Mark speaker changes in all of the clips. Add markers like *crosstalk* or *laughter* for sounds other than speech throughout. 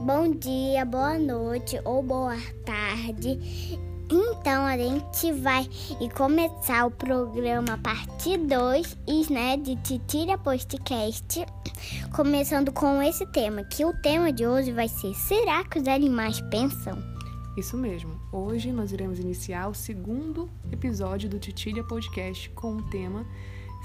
Speaker 1: bom dia, boa noite ou boa tarde. Então a gente vai e começar o programa parte 2 e né, de Titira Postcast, começando com esse tema, que o tema de hoje vai ser Será que os animais pensam?
Speaker 2: Isso mesmo. Hoje nós iremos iniciar o segundo episódio do Titilha Podcast com o tema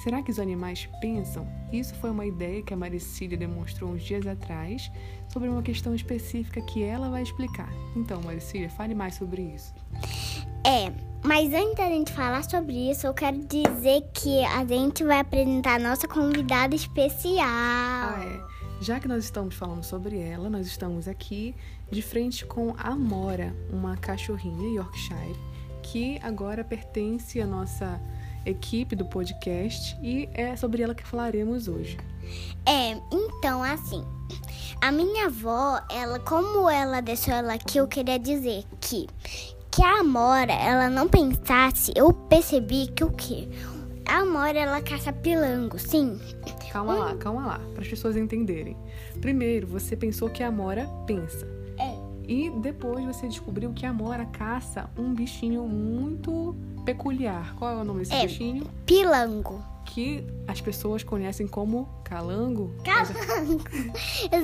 Speaker 2: Será que os animais pensam? Isso foi uma ideia que a Maricília demonstrou uns dias atrás sobre uma questão específica que ela vai explicar. Então, Maricília, fale mais sobre isso.
Speaker 1: É, mas antes da gente falar sobre isso, eu quero dizer que a gente vai apresentar a nossa convidada especial.
Speaker 2: Ah, é. Já que nós estamos falando sobre ela, nós estamos aqui de frente com a Mora, uma cachorrinha Yorkshire que agora pertence à nossa equipe do podcast e é sobre ela que falaremos hoje.
Speaker 1: É, então assim, a minha avó, ela como ela deixou ela aqui, eu queria dizer que que a Amora, ela não pensasse, eu percebi que o quê? A Amora, ela caça pilango, sim.
Speaker 2: Calma
Speaker 1: Uhum.
Speaker 2: lá, calma lá, para as pessoas entenderem. Primeiro, você pensou que a Amora pensa.
Speaker 1: É.
Speaker 2: E depois você descobriu que a Amora caça um bichinho muito peculiar. Qual é o nome desse
Speaker 1: É.
Speaker 2: bichinho?
Speaker 1: Pilango.
Speaker 2: Que as pessoas conhecem como calango.
Speaker 1: Calango.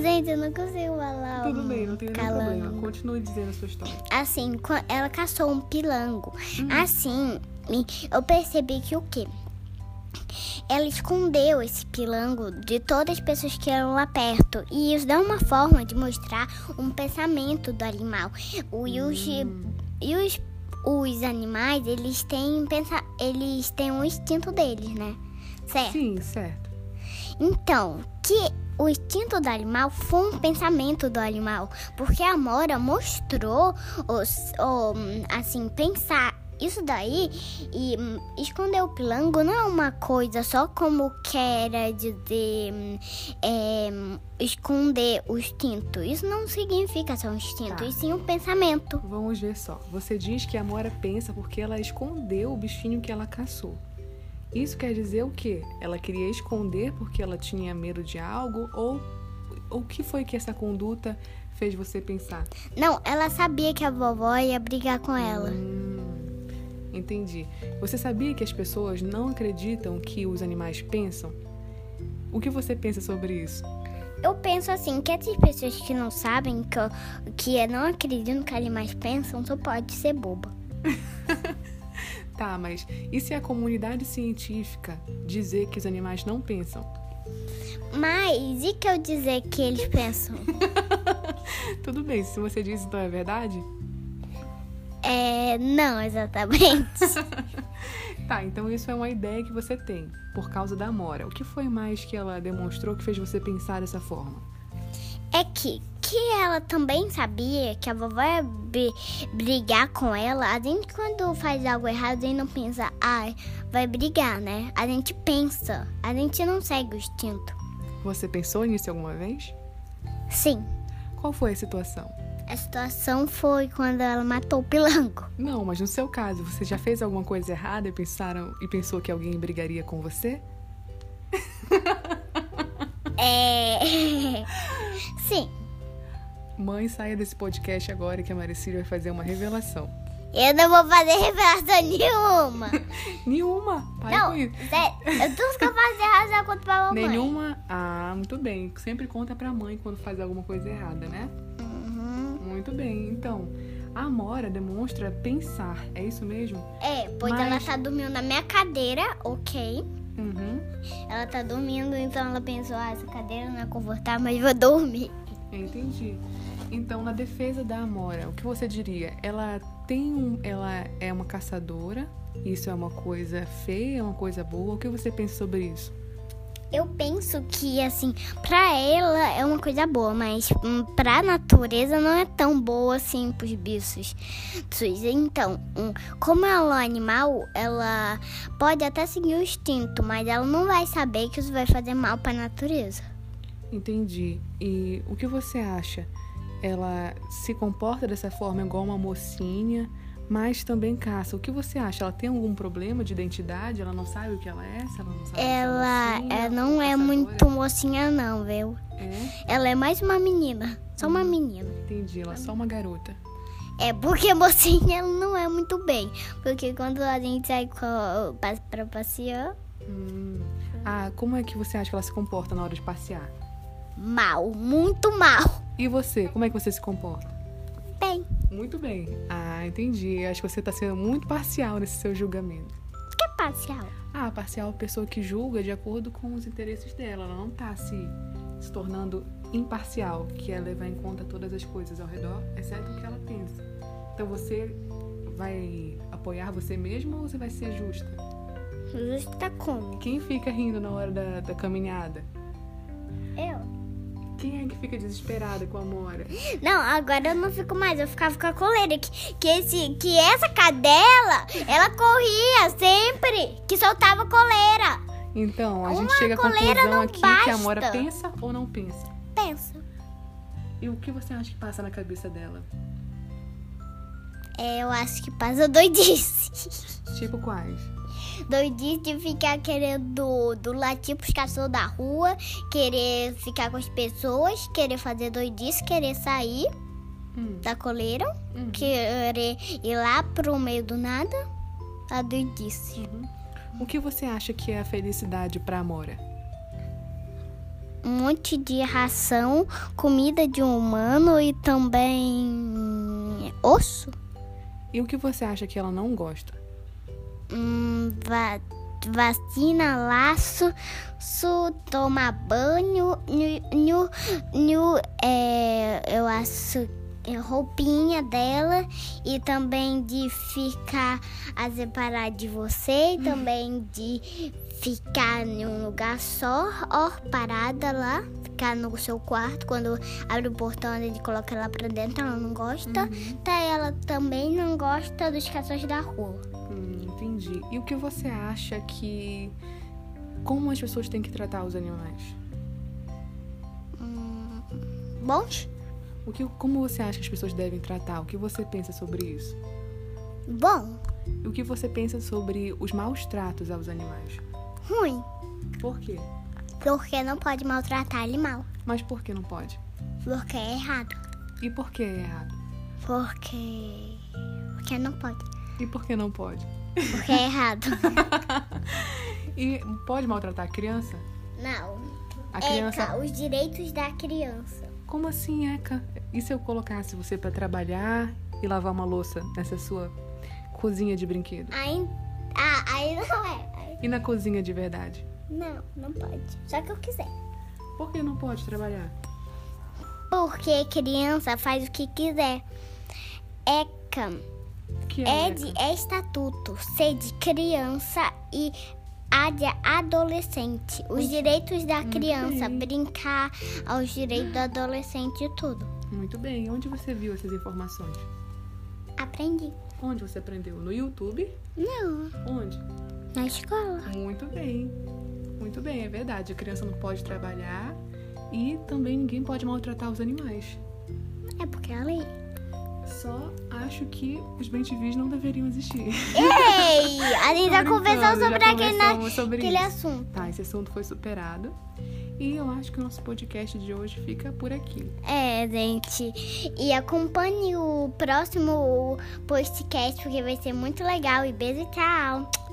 Speaker 1: gente, eu não consigo falar.
Speaker 2: Tudo
Speaker 1: o
Speaker 2: bem, não tem nenhum
Speaker 1: calango.
Speaker 2: problema. Continue dizendo a sua história.
Speaker 1: Assim, quan- ela caçou um pilango. Assim, me- eu percebi que o quê? Ela escondeu esse pilango de todas as pessoas que eram lá perto. E isso dá uma forma de mostrar um pensamento do animal. O, e os, e os, os animais, eles têm, pensa, eles têm um instinto deles, né? Certo?
Speaker 2: Sim, certo.
Speaker 1: Então, que o instinto do animal foi um pensamento do animal, porque a Mora mostrou os, o, hum, assim pensar isso daí e hum, esconder o pilango não é uma coisa só como quer dizer hum, é, hum, esconder o instinto. Isso não significa só um instinto,
Speaker 2: Tá.
Speaker 1: e sim um pensamento.
Speaker 2: Vamos ver só. Você diz que a Mora pensa porque ela escondeu o bichinho que ela caçou. Isso quer dizer o quê? Ela queria esconder porque ela tinha medo de algo? Ou ou o que foi que essa conduta fez você pensar?
Speaker 1: Não, ela sabia que a vovó ia brigar com ela.
Speaker 2: Hum, entendi. Você sabia que as pessoas não acreditam que os animais pensam? O que você pensa sobre isso?
Speaker 1: Eu penso assim, que essas pessoas que não sabem, que, eu- que não acreditam que animais pensam, só pode ser boba.
Speaker 2: Tá, mas e se a comunidade científica dizer que os animais não pensam? *laughs*
Speaker 1: Mas e que eu dizer que eles pensam?
Speaker 2: Tudo bem, se você diz então é verdade?
Speaker 1: É, não exatamente. *laughs*
Speaker 2: Tá, então isso é uma ideia que você tem por causa da Amora. O que foi mais que ela demonstrou que fez você pensar dessa forma?
Speaker 1: É que, que ela também sabia que a vovó ia bri- brigar com ela. A gente, quando faz algo errado, a gente não pensa, ai, vai brigar, né? A gente pensa, a gente não segue o instinto.
Speaker 2: Você pensou nisso alguma vez?
Speaker 1: Sim,
Speaker 2: Qual foi a situação?
Speaker 1: a situação foi quando ela matou o pilango.
Speaker 2: Não, mas no seu caso, você já fez alguma coisa errada e pensaram e pensou que alguém brigaria com você?
Speaker 1: É. *laughs* Sim,
Speaker 2: Mãe, saia desse podcast agora que a Maricília vai fazer uma revelação.
Speaker 1: eu não vou fazer revelação nenhuma.
Speaker 2: Nenhuma! Pare
Speaker 1: não,
Speaker 2: com isso.
Speaker 1: sério, eu tô capaz de arrasar contra pra mamãe.
Speaker 2: Nenhuma? Ah, muito bem. Sempre conta pra mãe quando faz alguma coisa errada, né?
Speaker 1: Uhum.
Speaker 2: Muito bem. Então, a Amora demonstra pensar, é isso mesmo?
Speaker 1: É, pois
Speaker 2: Mas-
Speaker 1: ela tá dormindo na minha cadeira, ok.
Speaker 2: Uhum.
Speaker 1: Ela tá dormindo, então ela pensou, ah, essa cadeira não é confortável, mas vou dormir.
Speaker 2: Entendi. Então, na defesa da Amora, o que você diria? Ela tem um, ela é uma caçadora. Isso é uma coisa feia, é uma coisa boa. O que você pensa sobre isso?
Speaker 1: Eu penso que, assim, pra ela é uma coisa boa, mas hum, pra natureza não é tão boa assim pros bichos. Sus- Então, hum, como ela é um animal, ela pode até seguir o instinto, mas ela não vai saber que isso vai fazer mal pra natureza.
Speaker 2: Entendi. E o que você acha? Ela se comporta dessa forma igual uma mocinha, mas também caça. O que você acha? Ela tem algum problema de identidade? Ela não sabe o que ela é? Se ela não sabe se é
Speaker 1: Ela,
Speaker 2: mocinha,
Speaker 1: ela não é
Speaker 2: caçadora?
Speaker 1: muito mocinha, não, viu?
Speaker 2: É?
Speaker 1: Ela é mais uma menina. Só uma menina.
Speaker 2: Entendi, ela é só uma garota.
Speaker 1: É porque a mocinha ela não é muito bem. Porque quando a gente sai co- pa- pra passear,
Speaker 2: Hum. Ah, como é que você acha que ela se comporta na hora de passear?
Speaker 1: mal, muito mal.
Speaker 2: E você, como é que você se comporta?
Speaker 1: Bem,
Speaker 2: Muito bem. Ah, entendi. Acho que você tá sendo muito parcial nesse seu julgamento.
Speaker 1: que é parcial.
Speaker 2: Ah, parcial é a pessoa que julga de acordo com os interesses dela. Ela não tá se, se tornando imparcial, que é levar em conta todas as coisas ao redor, exceto o que ela pensa. Então você vai apoiar você mesmo ou você vai ser justa?
Speaker 1: Justa como?
Speaker 2: Quem fica rindo na hora da, da caminhada?
Speaker 1: Eu?
Speaker 2: Quem é que fica desesperada com a Mora?
Speaker 1: Não, agora eu não fico mais, eu ficava com a coleira. Que, que, esse, que essa cadela, ela corria sempre, que soltava coleira.
Speaker 2: Então, a gente
Speaker 1: Uma
Speaker 2: chega à
Speaker 1: coleira
Speaker 2: conclusão
Speaker 1: não
Speaker 2: aqui que a Mora
Speaker 1: basta.
Speaker 2: pensa ou não pensa.
Speaker 1: Pensa.
Speaker 2: E o que você acha que passa na cabeça dela?
Speaker 1: É, eu acho que passa doidice.
Speaker 2: Tipo quais?
Speaker 1: *laughs* Doidice de ficar querendo do latir pros cachorros da rua, querer ficar com as pessoas, querer fazer doidice, querer sair
Speaker 2: Hum,
Speaker 1: da coleira,
Speaker 2: Uhum.
Speaker 1: querer ir lá pro meio do nada. A doidice.
Speaker 2: O que você acha que é a felicidade pra Amora?
Speaker 1: um monte de ração, comida de humano e também osso.
Speaker 2: E o que você acha que ela não gosta?
Speaker 1: Hum, va- vacina, laço, su, tomar banho, nhu, nhu, nhu, é, eu acho é, roupinha dela e também de ficar a separar de você e também de ficar em um lugar só, ó, parada lá, ficar no seu quarto, quando abre o portão a gente coloca ela pra dentro, ela não gosta, tá, ela também não gosta dos cachorros da rua.
Speaker 2: Hum, entendi. E o que você acha que. Como as pessoas têm que tratar os animais?
Speaker 1: Bons?
Speaker 2: O que, como você acha que as pessoas devem tratar? O que você pensa sobre isso?
Speaker 1: Bom,
Speaker 2: E o que você pensa sobre os maus tratos aos animais?
Speaker 1: ruim.
Speaker 2: Por quê?
Speaker 1: Porque não pode maltratar animal.
Speaker 2: Mas por que não pode?
Speaker 1: Porque é errado.
Speaker 2: E por que é errado?
Speaker 1: Porque. Porque não pode.
Speaker 2: E por que não pode?
Speaker 1: Porque é
Speaker 2: *laughs*
Speaker 1: errado.
Speaker 2: E pode maltratar a criança?
Speaker 1: Não. É,
Speaker 2: A criança.
Speaker 1: Eca, os direitos da criança.
Speaker 2: Como assim, Eca? E se eu colocasse você pra trabalhar e lavar uma louça nessa sua cozinha de brinquedo?
Speaker 1: Aí. Ah, aí não é. Aí-
Speaker 2: E na cozinha de verdade?
Speaker 1: Não, não pode. Só que eu quiser.
Speaker 2: Por que não pode trabalhar?
Speaker 1: Porque criança faz o que quiser. É Eca.
Speaker 2: Que
Speaker 1: É
Speaker 2: Eca?
Speaker 1: de é estatuto, C de criança e A de adolescente. Os direitos da criança,
Speaker 2: bem.
Speaker 1: brincar aos direitos do adolescente e tudo.
Speaker 2: Muito bem. Onde você viu essas informações?
Speaker 1: Aprendi.
Speaker 2: Onde você aprendeu? No YouTube?
Speaker 1: Não,
Speaker 2: Onde?
Speaker 1: na escola.
Speaker 2: Muito bem. Muito bem, é verdade. A criança não pode trabalhar e também ninguém pode maltratar os animais.
Speaker 1: É porque é lei.
Speaker 2: Só acho que os bem não deveriam existir.
Speaker 1: Ei! A gente já
Speaker 2: Tô brincando,
Speaker 1: conversou
Speaker 2: já
Speaker 1: sobre aquele, na-
Speaker 2: conversamos sobre
Speaker 1: aquele
Speaker 2: isso.
Speaker 1: assunto.
Speaker 2: Tá, esse assunto foi superado. E eu acho que o nosso podcast de hoje fica por aqui.
Speaker 1: É, gente. E acompanhe o próximo podcast, porque vai ser muito legal. E beijo e tchau.